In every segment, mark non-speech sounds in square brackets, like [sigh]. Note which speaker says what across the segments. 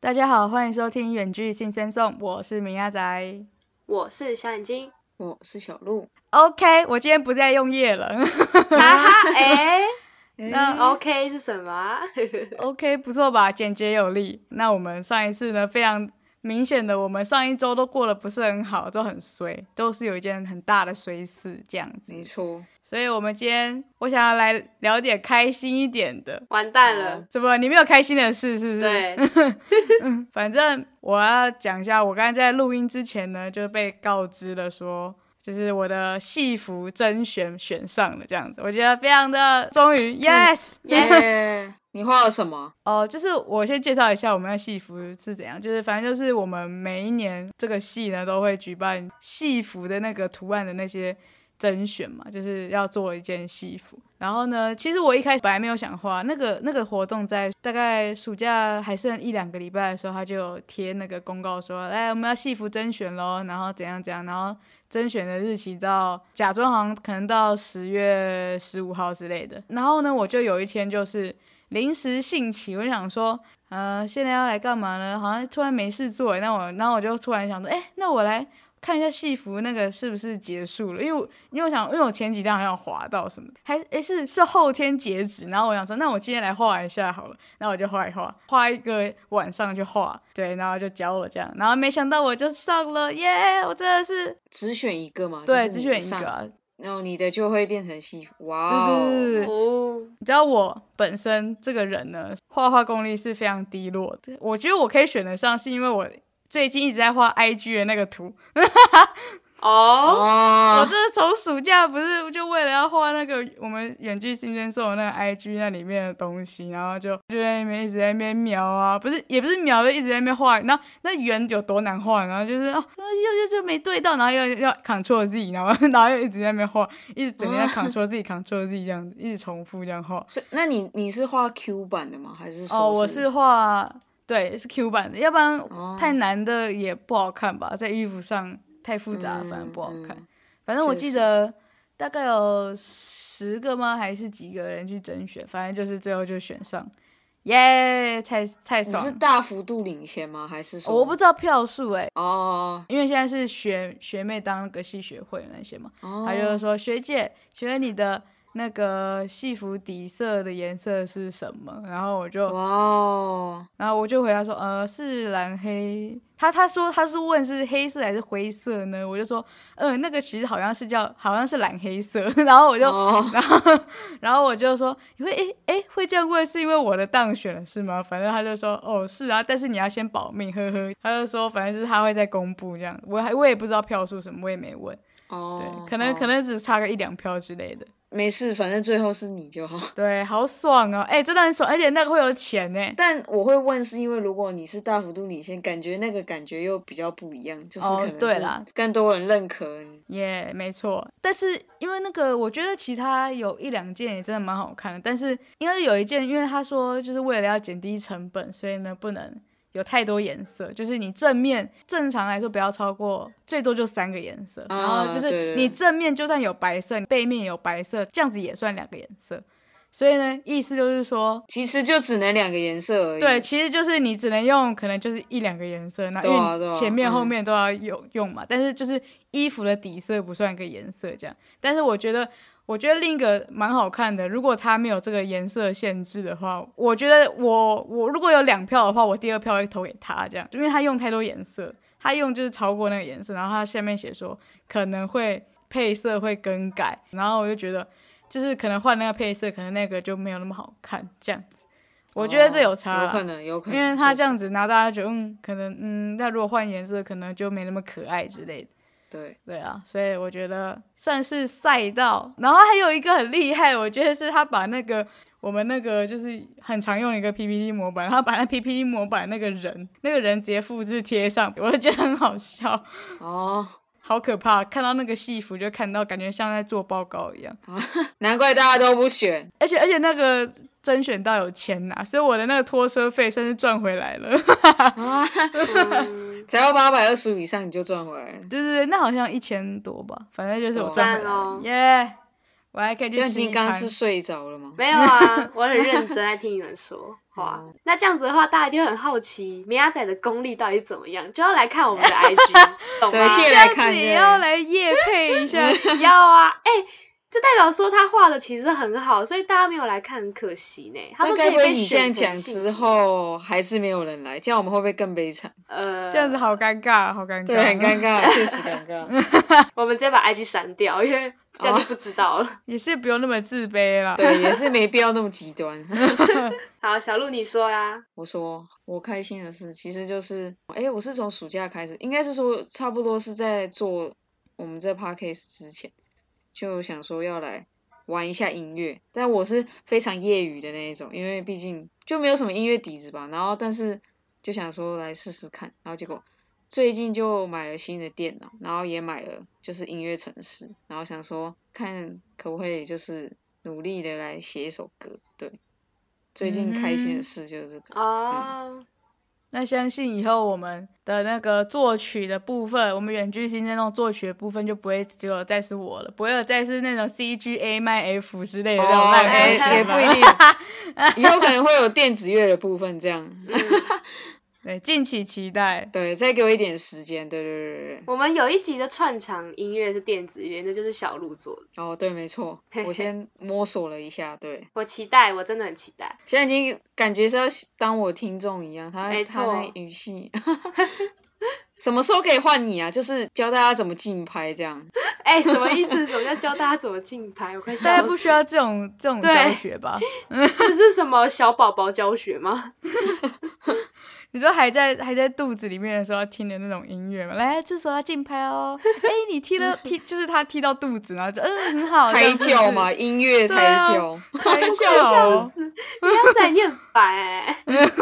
Speaker 1: 大家好，欢迎收听《远距新生颂》，我是明亚仔。
Speaker 2: 我是小眼睛，
Speaker 3: 我是小鹿。
Speaker 1: OK，我今天不再用夜了。
Speaker 3: [laughs]
Speaker 2: 哈 [laughs] 哈，哎、
Speaker 1: 那哦
Speaker 3: 诶
Speaker 2: OK 是什么啊？
Speaker 1: OK，不错吧？简洁有力。那我们上一次呢，非常明显的，我们上一周都过得不是很好，都很衰，都是有一件很大的衰事这样子。
Speaker 2: 嗯
Speaker 3: 没错，
Speaker 1: 所以我们今天我想要来聊点开心一点的。
Speaker 2: 完蛋了，
Speaker 1: 怎么？你没有开心的事是不是？
Speaker 2: 对，
Speaker 3: 嗯
Speaker 1: 反正我要讲一下，我刚才在录音之前呢，就被告知了说，就是我的戏服甄选选上了这样子，我觉得非常的终于 yes。
Speaker 3: [laughs]
Speaker 2: 耶，
Speaker 3: 耶！你画了什么？
Speaker 1: 哦、就是我先介绍一下我们的戏服是怎样，就是反正就是我们每一年这个戏呢都会举办戏服的那个图案的那些甄选嘛，就是要做一件戏服。然后呢，其实我一开始本来没有想画那个那个活动，在大概暑假还剩一两个礼拜的时候，他就有贴那个公告说，哎，我们要戏服甄选喽，然后怎样怎样，然后甄选的日期到假装好像可能到十月十五号之类的。然后呢，我就有一天就是临时兴起，我就想说，呃，现在要来干嘛呢？好像突然没事做欸耶，那我，然后我就突然想说，哎、那我来看一下戏服那个是不是结束了？因为我因为我想，因为我前几天好像有滑到什么的，还诶、是是后天截止，然后我想说，那我今天来画一下好了，那我就画一画，画一个晚上就画，对，然后就交了这样，然后没想到我就上了，耶！我真的是
Speaker 3: 只选一个嘛？
Speaker 1: 对，
Speaker 3: 就
Speaker 1: 只
Speaker 3: 是
Speaker 1: 选
Speaker 3: 你
Speaker 1: 一个
Speaker 3: 上
Speaker 1: 啊、
Speaker 3: 然后你的就会变成西服。哇
Speaker 1: 对对
Speaker 3: 哦，
Speaker 1: 对对。
Speaker 2: 哦，
Speaker 1: 你知道我本身这个人呢，画画功力是非常低落的。我觉得我可以选得上，是因为我最近一直在画 IG 的那个图。
Speaker 2: 哦，
Speaker 1: 我
Speaker 3: 哦
Speaker 1: 这，从暑假不是就为了要画那个我们远距新生兽的那个 IG 那里面的东西，然后就就在那边一直在那边描啊，不是也不是描，就一直在那边画。然后那圆有多难画，然后就是哦，啊又又就没对到，然后又要 Ctrl Z，然后 [laughs] 然后又一直在那边画，一直整天在 Ctrl Z，Ctrl Z 这样子，一直重复这样画。
Speaker 3: 是那你你是画 Q 版的吗？还是说
Speaker 1: 哦，我
Speaker 3: 是
Speaker 1: 是画对是 Q 版的，要不然
Speaker 3: 哦
Speaker 1: 太难的也不好看吧，在衣服上太复杂，反正不好看。
Speaker 3: 嗯
Speaker 1: 反正我
Speaker 3: 确
Speaker 1: 记
Speaker 3: 实
Speaker 1: 得大概有十个吗？还是几个人去甄选？反正就是最后就选上，耶、太太
Speaker 3: 你
Speaker 1: 爽
Speaker 3: 是
Speaker 1: 了！哦
Speaker 3: 大啊幅度领先吗？还是说
Speaker 1: 我不知道票数哎、
Speaker 3: 哦
Speaker 1: 因为现在是学学妹当那个系学会那些嘛，
Speaker 3: 哦，
Speaker 1: 她就是说学姐，请问你的那个戏服底色的颜色是什么？然后我就
Speaker 3: 哇哦，
Speaker 1: 然后我就回答说，呃，是蓝黑。他他说他是问是黑色还是灰色呢？我就说，嗯，那个其实好像是叫好像是蓝黑色。 [laughs] 然后我就，
Speaker 3: 哦
Speaker 1: 然后然后我就说，你会诶诶会这样问是因为我的当选了是吗？反正他就说，哦是啊，但是你要先保命，呵呵。他就说，反正就是他会再公布这样。我还我也不知道票数什么，我也没问。对，
Speaker 3: 哦，
Speaker 1: 可能
Speaker 3: 好
Speaker 1: 可能只差个一两票之类的。
Speaker 3: 没事，反正最后是你就好。
Speaker 1: 对，好爽哦，诶，真的很爽，而且那个会有钱呢。
Speaker 3: 但我会问，是因为如果你是大幅度领先，感觉那个感觉又比较不一样，就是
Speaker 1: 哦
Speaker 3: 可能是
Speaker 1: 对啦
Speaker 3: 更多人认可你。
Speaker 1: 耶没错。但是因为那个，我觉得其他有一两件也真的蛮好看的，但是应该有一件，因为他说就是为了要减低成本，所以呢不能有太多颜色，就是你正面正常来说不要超过最多就三个颜色，
Speaker 3: 啊
Speaker 1: 然后
Speaker 3: 对
Speaker 1: 就是
Speaker 3: 对
Speaker 1: 你
Speaker 3: 对
Speaker 1: 正面就算有白色，你背面有白色，这样子也算两个颜色。所以呢，意思就是说，
Speaker 3: 其实就只能两个颜色而已。
Speaker 1: 对，，其实就是你只能用，可能就是一两个颜色，那因
Speaker 3: 对啊
Speaker 1: 为
Speaker 3: 对
Speaker 1: 你
Speaker 3: 啊
Speaker 1: 前面
Speaker 3: 嗯
Speaker 1: 后面都要有用嘛。但是就是衣服的底色不算一个颜色这样。但是我觉得，我觉得另一个蛮好看的，如果它没有这个颜色限制的话，我觉得我我如果有两票的话，我第二票会投给他这样，因为他用太多颜色，他用就是超过那个颜色，然后他下面写说可能会配色会更改，然后我就觉得。就是可能换那个配色，可能那个就没有那么好看，这样子。我觉得这有差
Speaker 3: 哦
Speaker 1: 啦、
Speaker 3: 有可能，有可
Speaker 1: 因
Speaker 3: 能，
Speaker 1: 为他
Speaker 3: 确
Speaker 1: 这样
Speaker 3: 实
Speaker 1: 子拿，大家觉得嗯，可能嗯，那如果换颜色，可能就没那么可爱之类的。
Speaker 3: 对，
Speaker 1: 对啊，所以我觉得算是赛道。然后还有一个很厉害，我觉得是他把那个我们那个就是很常用的一个 PPT 模板，他把那 PPT 模板那个人，那个人直接复制贴上，我就觉得很好笑，
Speaker 3: 哦，
Speaker 1: 好可怕。看到那个戏服就看到，感觉像在做报告一样。
Speaker 3: 难怪大家都不选。
Speaker 1: 而且而且那个甄选到有钱拿，所以我的那个拖车费算是赚回来了。 [laughs]
Speaker 2: 嗯
Speaker 3: 只要八百二十五以上你就赚回来了。
Speaker 1: 对对对，那好像一千多吧，反正就是我
Speaker 3: 哦
Speaker 1: 赚回来
Speaker 2: 赞哦
Speaker 1: 了耶我还可以去
Speaker 3: 像
Speaker 1: 吃
Speaker 3: 金
Speaker 1: 一
Speaker 3: 刚
Speaker 1: 餐。
Speaker 3: 是睡着了吗？
Speaker 2: 没有啊，我很认真在听你
Speaker 3: [laughs]
Speaker 2: 们说
Speaker 3: 啊
Speaker 2: 话。那这样子的话，大家就很好奇米亚仔的功力到底怎么样，就要来看我们
Speaker 3: [laughs]
Speaker 2: 的 IG，懂
Speaker 3: 对记
Speaker 1: 这
Speaker 3: 得
Speaker 2: 吗？
Speaker 3: 来
Speaker 1: 样子
Speaker 3: 看
Speaker 1: 也
Speaker 3: 对
Speaker 1: 要来夜配一
Speaker 3: [laughs]
Speaker 1: 下，
Speaker 2: 要啊，哎、这代表说他画的其实很好，所以大家没有来看，很可惜呢。他
Speaker 3: 那
Speaker 2: 都可
Speaker 3: 该
Speaker 2: 以
Speaker 3: 不会
Speaker 2: 被
Speaker 3: 你这样
Speaker 2: 选成
Speaker 3: 讲
Speaker 2: 信
Speaker 3: 之
Speaker 2: 息，
Speaker 3: 后还是没有人来？这样我们会不会更悲惨？
Speaker 2: 呃，
Speaker 1: 这样子好尴尬，好尴尬，
Speaker 3: 对，很尴尬，确实尴尬。
Speaker 2: 我们直接把 IG 删掉，因为这
Speaker 3: 哦
Speaker 2: 样就不知道了。
Speaker 1: 也是不用那么自卑啦。
Speaker 3: 对，也是没必要那么极端。
Speaker 2: 好，小鹿你说啊呀、
Speaker 3: 我说我开心的事，其实就是，哎，我是从暑假开始，应该是说差不多是在做我们这 podcast 之前，就想说要来玩一下音乐，但我是非常业余的那一种，因为毕竟就没有什么音乐底子吧。然后但是就想说来试试看，然后结果最近就买了新的电脑，然后也买了就是音乐城市，然后想说看可不可以就是努力的来写一首歌，对。最近开心
Speaker 1: 嗯
Speaker 3: 的事就是这个。嗯
Speaker 2: 哦，
Speaker 1: 那相信以后我们的那个作曲的部分，我们远距新那种作曲的部分就不会只有再是我了，不会有再是那种 C G A 麦 F 之类的那种
Speaker 3: 哦，
Speaker 1: 烂
Speaker 3: 哎
Speaker 1: 歌曲了、
Speaker 3: 也不一定，以后可能会有电子乐的部分，这样。
Speaker 2: 嗯
Speaker 1: 对，敬请期待。
Speaker 3: 对，再给我一点时间。对对对对对。
Speaker 2: 我们有一集的串场音乐是电子乐，那就是小鹿做的。
Speaker 3: 哦，对，没错
Speaker 2: 嘿，嘿
Speaker 3: 我先摸索了一下，对，
Speaker 2: 我期待，我真的很期待。
Speaker 3: 现在已经感觉是要当我听众一样，他
Speaker 2: 没
Speaker 3: 他那
Speaker 2: 错
Speaker 3: 语气。 [laughs] 什么时候可以换你啊？就是教大家怎么竞拍这样。
Speaker 2: 哎、什么意
Speaker 1: [laughs]
Speaker 2: 思？什么叫教大家怎么竞拍？我快
Speaker 1: 大
Speaker 2: 笑
Speaker 1: 家
Speaker 2: 死
Speaker 1: 不需要这种这种
Speaker 2: 对
Speaker 1: 教学吧？
Speaker 2: 这是什么小宝宝教学
Speaker 1: [laughs]
Speaker 2: 吗？
Speaker 1: 你说还在还在肚子里面的时候要听的那种音乐吗？来，这时候要竞拍哦。哎，你踢
Speaker 3: [laughs]
Speaker 1: 了踢，就是他踢到肚子，然后就嗯很好，这
Speaker 3: 胎
Speaker 1: 样是不
Speaker 3: 教
Speaker 1: 是
Speaker 3: 嘛，，音乐
Speaker 1: 对
Speaker 3: 胎
Speaker 1: 啊
Speaker 3: 教。
Speaker 1: [laughs] 胎
Speaker 2: 笑
Speaker 1: 教，
Speaker 2: 死！你要在你很烦哎、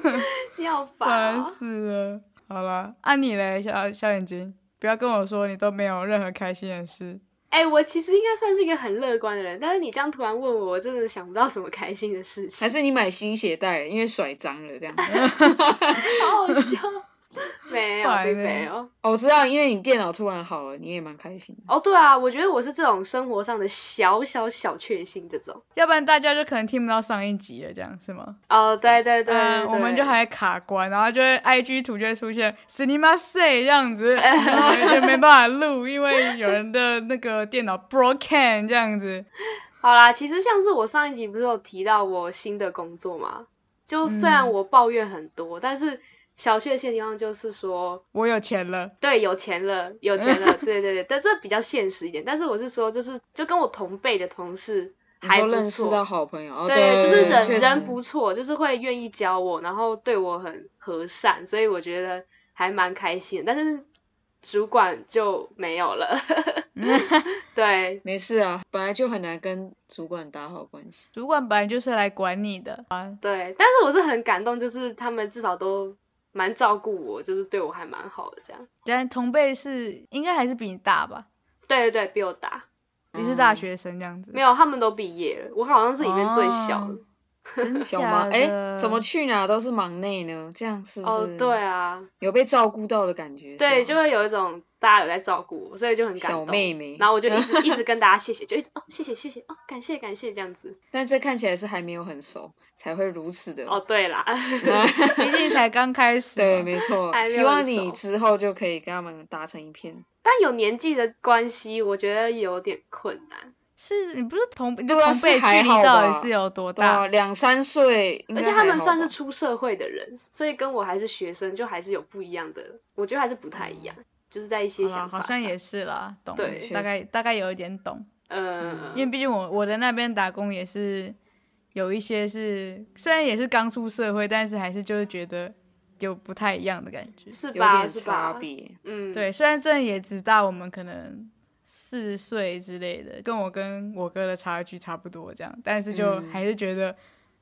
Speaker 1: [laughs]
Speaker 2: 你好烦、
Speaker 1: 烦
Speaker 2: 哦。
Speaker 1: 死了。好了，按、你嘞，小小眼睛，不要跟我说你都没有任何开心的事。
Speaker 2: 哎、我其实应该算是一个很乐观的人，但是你这样突然问我，我真的想不到什么开心的事情
Speaker 3: 还，是你买新鞋带了，因为甩脏了这样。
Speaker 2: 好好笑。 [laughs] 没有，
Speaker 1: 烦
Speaker 2: 并
Speaker 1: 欸
Speaker 2: 没有。
Speaker 3: 哦，我知道，因为你电脑突然好了，你也蛮开心的。
Speaker 2: 哦，对啊，我觉得我是这种生活上的小小小确幸这种。
Speaker 1: 要不然大家就可能听不到上一集了，这样是吗？
Speaker 2: 哦，对对对
Speaker 1: 嗯我们就还卡关，然后就会 IG 图就会出现 s n i m a s a y 这
Speaker 2: [laughs]
Speaker 1: 样子，然后就没办法录，因为有人的那个电脑 broken 这样子。
Speaker 2: 好啦，其实像是我上一集不是有提到我新的工作嘛，就虽然
Speaker 1: 嗯
Speaker 2: 我抱怨很多，但是小确幸的地方就是说，
Speaker 1: 我有钱了，
Speaker 2: 对，有钱了，有
Speaker 3: [laughs]
Speaker 2: 钱了，对对对，但这比较现实一点。但是我是说，就是就跟我同辈的同事
Speaker 3: 你
Speaker 2: 还
Speaker 3: 说
Speaker 2: 不
Speaker 3: 认识
Speaker 2: 错，
Speaker 3: 到好朋友，哦、
Speaker 2: 对，就是
Speaker 3: 对
Speaker 2: 人
Speaker 3: 确实
Speaker 2: 人不错，就是会愿意教我，然后对我很和善，所以我觉得还蛮开心的。但是主管就没有
Speaker 3: [laughs]
Speaker 2: 了， [laughs] 对，
Speaker 3: 没事啊，本来就很难跟主管打好关系。
Speaker 1: 主管本来就是来管你的，
Speaker 2: 对，但是我是很感动，就是他们至少都蛮照顾我，就是对我还蛮好的这样。
Speaker 1: 但同辈是应该还是比你大吧？
Speaker 2: 对对对，比我大，
Speaker 1: 你是大学生这样子，
Speaker 2: 嗯没有，他们都毕业了，我好像是里面最小
Speaker 3: 哦
Speaker 2: 的。
Speaker 1: 有
Speaker 3: 小忙哎、怎么去哪都是忙内呢？这样是不
Speaker 2: 哦
Speaker 3: 是？，
Speaker 2: 对，啊，
Speaker 3: 有被照顾到的感觉。
Speaker 2: 对，
Speaker 3: 是
Speaker 2: 就
Speaker 3: 吗
Speaker 2: 会有一种大家有在照顾我，所以就很感
Speaker 3: 小
Speaker 2: 动。
Speaker 3: 妹妹。
Speaker 2: 然后我就
Speaker 3: [laughs]
Speaker 2: 一直一直跟大家谢谢，就一直哦谢谢谢谢哦感谢感谢这样子。
Speaker 3: 但这看起来是还没有很熟，才会如此的。
Speaker 2: 哦，对啦， [laughs]
Speaker 1: 毕竟才刚开始嘛，
Speaker 3: 对，没错
Speaker 2: 还。没有
Speaker 3: 希望
Speaker 2: 很熟
Speaker 3: 你之后就可以跟他们打成一片。
Speaker 2: 但有年纪的关系，我觉得有点困难，
Speaker 1: 是你不是同你
Speaker 3: 对啊
Speaker 1: 同辈
Speaker 3: 是还
Speaker 1: 距离
Speaker 3: 好
Speaker 1: 到底
Speaker 3: 吧
Speaker 1: 是有多
Speaker 3: 对啊，
Speaker 1: 大？
Speaker 3: 两三岁，应
Speaker 2: 而
Speaker 3: 该
Speaker 2: 且他
Speaker 3: 还
Speaker 2: 们
Speaker 3: 好
Speaker 2: 算是
Speaker 3: 吧
Speaker 2: 出社会的人，所以跟我还是学生，就还是有不一样的，我觉得还是不太一
Speaker 3: 嗯
Speaker 2: 样，就是在一
Speaker 3: 啊
Speaker 2: 些
Speaker 1: 好啦
Speaker 2: 想法
Speaker 1: 好像
Speaker 2: 上
Speaker 1: 也是啦，懂，
Speaker 2: 对
Speaker 3: 确
Speaker 1: 大概
Speaker 3: 实
Speaker 1: 大概有一点懂，
Speaker 3: 嗯
Speaker 2: 呃，
Speaker 1: 因为毕竟我我的那边打工也是有一些是虽然也是刚出社会，但是还是就是觉得有不太一样的感觉。
Speaker 2: 是
Speaker 3: 有
Speaker 2: 吧
Speaker 3: 点
Speaker 2: 是
Speaker 3: 差
Speaker 2: 吧？
Speaker 3: 别。
Speaker 2: 嗯，
Speaker 1: 对，虽然真的也只大我们可能四岁之类的，跟我跟我哥的差距差不多这样，但是就
Speaker 3: 嗯
Speaker 1: 还是觉得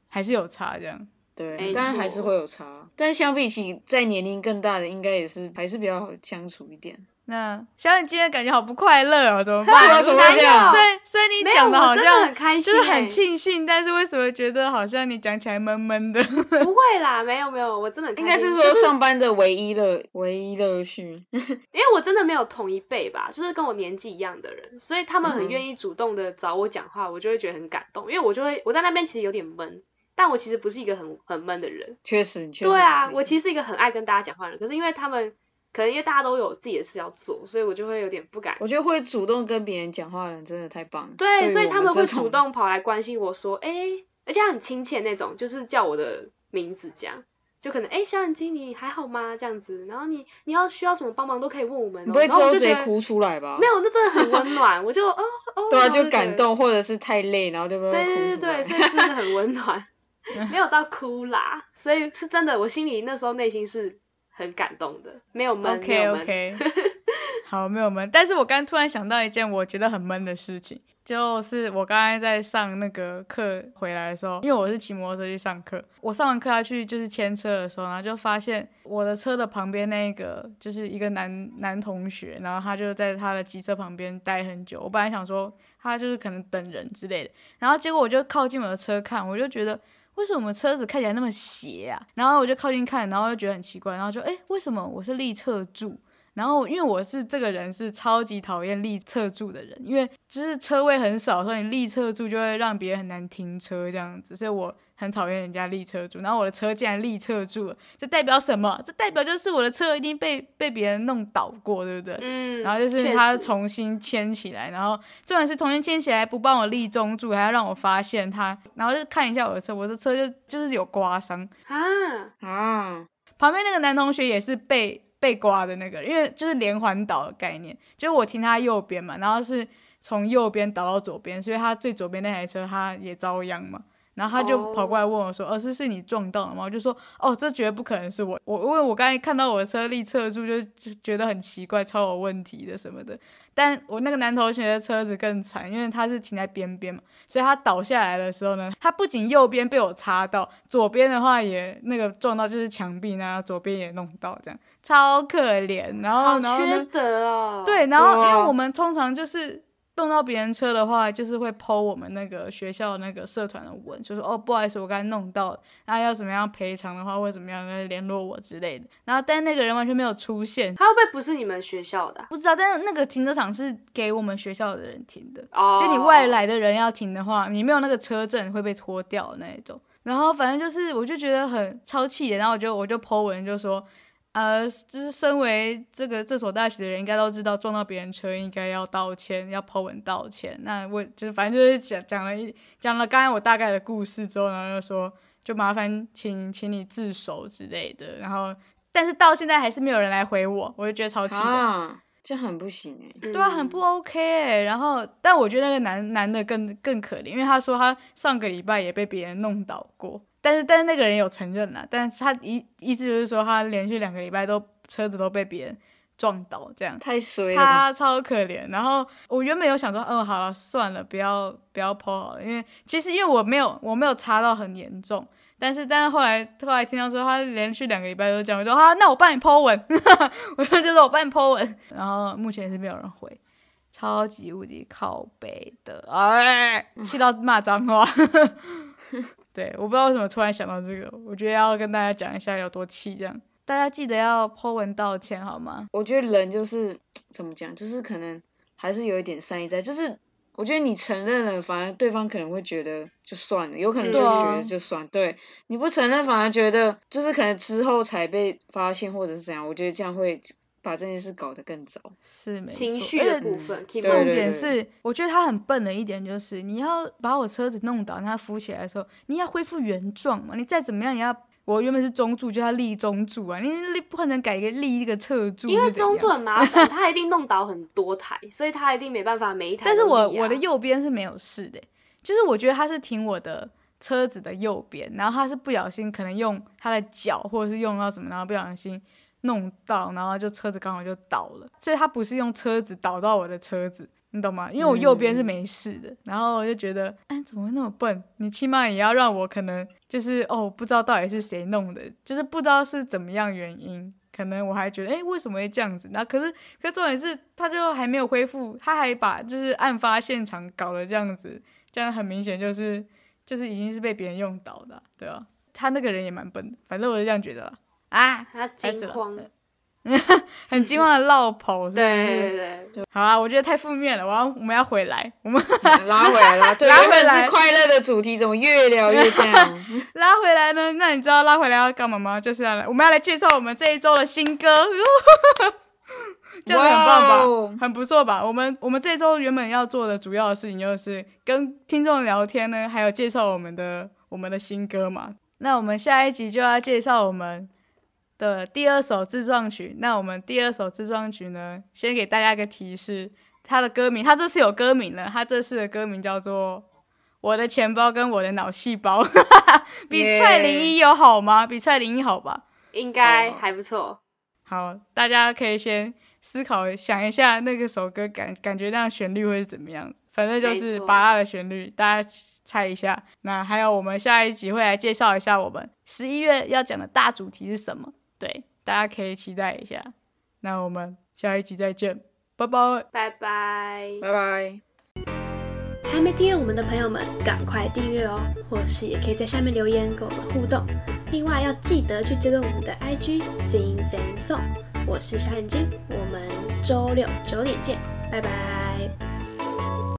Speaker 1: 还是有差这样。
Speaker 3: 对，
Speaker 2: 没
Speaker 3: 当然还是
Speaker 2: 错
Speaker 3: 会有差，但相比起在年龄更大的，应该也是还是比较好相处一点。
Speaker 1: 那小冉今天感觉好不快乐哦，怎么
Speaker 2: [laughs]
Speaker 1: 办？
Speaker 3: 对啊怎么会这样
Speaker 1: 虽然虽然你
Speaker 2: 没有
Speaker 1: 讲得
Speaker 2: 我
Speaker 1: 好
Speaker 2: 真
Speaker 1: 像
Speaker 2: 的很开心
Speaker 1: 就是很
Speaker 2: 欸
Speaker 1: 庆幸，但是为什么觉得好像你讲起来闷闷的？
Speaker 2: 不会啦，没有没有，我真的很开
Speaker 3: 应该
Speaker 2: 心
Speaker 3: 是
Speaker 2: 就
Speaker 3: 说上班的唯一乐唯一乐趣。
Speaker 2: 因为我真的没有同一辈吧，就是跟我年纪一样的人，所以他们
Speaker 3: 嗯
Speaker 2: 很愿意主动的找我讲话，我就会觉得很感动，因为我就会我在那边其实有点闷，但我其实不是一个很很闷的人，
Speaker 3: 确实，确实
Speaker 2: 对啊
Speaker 3: 是，
Speaker 2: 我其实是一个很爱跟大家讲话的人，可是因为他们可能因为大家都有自己的事要做，所以我就会有点不敢。
Speaker 3: 我觉得会主动跟别人讲话的人真的太棒了。
Speaker 2: 对，
Speaker 3: 于
Speaker 2: 所以
Speaker 3: 我
Speaker 2: 他们会
Speaker 3: 这种
Speaker 2: 主动跑来关心我说，哎、而且很亲切那种，就是叫我的名字这样。就可能哎，小眼睛你还好吗？这样子，然后你你要需要什么帮忙都可以问我们、哦。
Speaker 3: 你不会
Speaker 2: 然后
Speaker 3: 之
Speaker 2: 我
Speaker 3: 后
Speaker 2: 就
Speaker 3: 直接
Speaker 2: 觉得
Speaker 3: 哭出来吧？
Speaker 2: 没，有，那真的很温暖，我就哦哦，
Speaker 3: 对啊，
Speaker 2: 然后
Speaker 3: 就
Speaker 2: 觉
Speaker 3: 感
Speaker 2: 得，
Speaker 3: 动，或者是太累，然后就不会哭
Speaker 2: 对对对
Speaker 3: 出来
Speaker 2: 对，所以真的很温暖，没有到哭啦，所以是真的，我心里那时候内心是很感动的，没有闷没
Speaker 1: OK
Speaker 2: 有闷，
Speaker 1: OK，好，没有闷。但是我刚突然想到一件我觉得很闷的事情，就是我刚才在上那个课回来的时候，因为我是骑摩托车去上课，我上完课要去就是牵车的时候，然后就发现我的车的旁边那个就是一个男男同学，然后他就在他的机车旁边待很久。我本来想说他就是可能等人之类的，然后结果我就靠近我的车看，我就觉得。为什么我们车子看起来那么斜啊？然后我就靠近看，然后就觉得很奇怪，然后就哎，诶为什么我是立侧柱？然后因为我是这个人是超级讨厌立侧柱的人，因为就是车位很少，所以你立侧柱就会让别人很难停车这样子，所以我很讨厌人家立侧柱。然后我的车竟然立侧柱了，这代表什么？这代表就是我的车一定被被别人弄倒过，对不对？
Speaker 2: 嗯，
Speaker 1: 然后就是
Speaker 2: 确
Speaker 1: 他
Speaker 2: 实
Speaker 1: 重新牵起来，然后重点是重新牵起来不帮我立中柱，还要让我发现他，然后就看一下我的车，我的车就就是有刮伤，
Speaker 2: 啊，
Speaker 3: 啊，
Speaker 1: 旁边那个男同学也是被被刮的那个，因为就是连环倒的概念，就是我停他右边嘛，然后是从右边倒到左边，所以他最左边那台车他也遭殃嘛。然后他就
Speaker 2: 哦
Speaker 1: 跑过来问我说：“哦，是是你撞到了吗？”我就说：“哦，这绝对不可能是我。我因为我刚才看到我的车立侧柱，就就觉得很奇怪，超有问题的什么的。但我那个男同学的车子更惨，因为他是停在边边嘛，所以他倒下来的时候呢，他不仅右边被我擦到，左边的话也那个撞到就是墙壁那，左边也弄到，这样超可怜。
Speaker 3: 哦
Speaker 1: 然后，
Speaker 2: 好
Speaker 1: 然后
Speaker 2: 缺
Speaker 1: 呢？
Speaker 2: 德哦，
Speaker 1: 对，然后
Speaker 3: 哇
Speaker 1: 因为我们通常就是动到别人车的话，就是会 PO 我们那个学校那个社团的文，就说哦不好意思，我刚才弄到了，然后要怎么样赔偿的话，会怎么样联络我之类的。然后但那个人完全没有出现，
Speaker 2: 他会不会不是你们学校的啊？
Speaker 1: 不知道。但是那个停车场是给我们学校的人停的，
Speaker 2: 哦，
Speaker 1: 就你外来的人要停的话，你没有那个车证会被拖掉的那一种。然后反正就是，我就觉得很超气的，然后我就我就 po 文就说，呃，就是身为这个这所大学的人，应该都知道撞到别人车应该要道歉，要 po 文道歉。那我就是反正就是讲讲了一讲了刚才我大概的故事之后，然后就说就麻烦请请你自首之类的。然后但是到现在还是没有人来回我，我就觉得超气的。
Speaker 3: 啊，这很不行哎、
Speaker 2: 嗯
Speaker 1: 对啊，很不 OK 哎、然后，但我觉得那个男男的更更可怜，因为他说他上个礼拜也被别人弄倒过，但是但是那个人有承认啦，但是他意意思就是说他连续两个礼拜都车子都被别人撞倒这样。
Speaker 3: 太衰了吧。
Speaker 1: 他超可怜，然后我原本有想说，嗯，好了，算了，不要不要 PO 好了，因为其实因为我没有我没有查到很严重，但是但是后来后来听到说他连续两个礼拜都这样，我就说啊，那我帮你 PO 文， [laughs] 我就觉得我帮你 PO 文，然后目前是没有人回，超级无敌靠背的，哎，
Speaker 2: 嗯
Speaker 1: [laughs] 气到骂脏话。对，我不知道为什么突然想到这个，我觉得要跟大家讲一下有多气，这样大家记得要 Po 文道歉好吗？
Speaker 3: 我觉得人就是怎么讲，就是可能还是有一点善意在，就是我觉得你承认了，反而对方可能会觉得就算了，有可能就
Speaker 2: 嗯
Speaker 1: 对
Speaker 3: 觉
Speaker 1: 啊
Speaker 3: 得就算，对，你不承认反而觉得就是可能之后才被发现或者是怎样，我觉得这样会把这件事搞得更
Speaker 1: [laughs]
Speaker 3: 糟。
Speaker 1: 是没错
Speaker 2: 情绪
Speaker 1: 而且
Speaker 2: 的部分，
Speaker 3: 对
Speaker 1: 重
Speaker 3: 对
Speaker 1: 点
Speaker 3: 对
Speaker 1: 是，我觉得他很笨的一点就是，你要把我车子弄倒，让它扶起来的时候，你要恢复原状嘛。你再怎么样，也要我原本是中柱，就要立中柱啊，你立不可能改一个立一个侧柱，
Speaker 2: 因为
Speaker 1: 是怎
Speaker 2: 中
Speaker 1: 样
Speaker 2: 柱很麻烦，他一定弄倒很多台，所以他一定没办法每一台都
Speaker 1: 但
Speaker 2: 立
Speaker 1: 是
Speaker 2: 啊。
Speaker 1: 我我的右边是没有事的欸、就是我觉得他是停我的车子的右边，然后他是不小心可能用他的脚或者是用到什么，然后不小心弄到，然后就车子刚好就倒了，所以他不是用车子倒到我的车子。你懂吗？因为我右边是没事的，然后我就觉得，哎，怎么会那么笨？你起码也要让我可能就是哦，不知道到底是谁弄的，就是不知道是怎么样原因，可能我还觉得，哎，为什么会这样子？那可是，可是重点是，他就还没有恢复，他还把就是案发现场搞得这样子，这样很明显就是就是已经是被别人用倒的啊、对啊，他那个人也蛮笨的，反正我是这样觉得啦啊，
Speaker 2: 他
Speaker 1: 开始
Speaker 2: 惊
Speaker 1: 了
Speaker 2: 慌，
Speaker 1: 很惊慌的绕跑，是不
Speaker 2: 对
Speaker 1: 是？
Speaker 2: 对对，
Speaker 1: 好啊，我觉得太负面了，我要我们要回来，我们
Speaker 3: 拉回来了，对，
Speaker 1: 拉
Speaker 3: 原
Speaker 1: 回来
Speaker 3: 本是快乐的主题，怎么越聊越这样？
Speaker 1: [laughs] 拉回来呢？那你知道拉回来要干嘛吗？就是要来，我们要来介绍我们这一周的新歌， [laughs] 这样很棒吧
Speaker 3: 哇哦
Speaker 1: 很不错吧？我们我们这周原本要做的主要的事情就是跟听众聊天呢，还有介绍我们的我们的新歌嘛。那我们下一集就要介绍我们的第二首自创曲。那我们第二首自创曲呢，先给大家一个提示，它的歌名，它这次有歌名了，它这次的歌名叫做《我的钱包跟我的脑细胞》， [laughs] 比
Speaker 3: 耶
Speaker 1: 蔡林一有好吗？比蔡林一好吧？
Speaker 2: 应该
Speaker 3: 好
Speaker 2: 还不错。
Speaker 1: 好，大家可以先思考想一下那个首歌感感觉那样旋律会是怎么样，反正就
Speaker 2: 没
Speaker 1: 是
Speaker 2: 错
Speaker 1: 巴拉的旋律，大家猜一下。那还有我们下一集会来介绍一下我们十一月要讲的大主题是什么，对，大家可以期待一下。那我们下一集再见，拜拜。
Speaker 2: 拜拜。
Speaker 3: 拜拜。
Speaker 4: 还没订阅我们的朋友们，赶快订阅哦！或是也可以在下面留言跟我们互动。另外要记得去追踪我们的 IG Sing Sing Song。我是小眼睛，我们周六九点见，拜拜。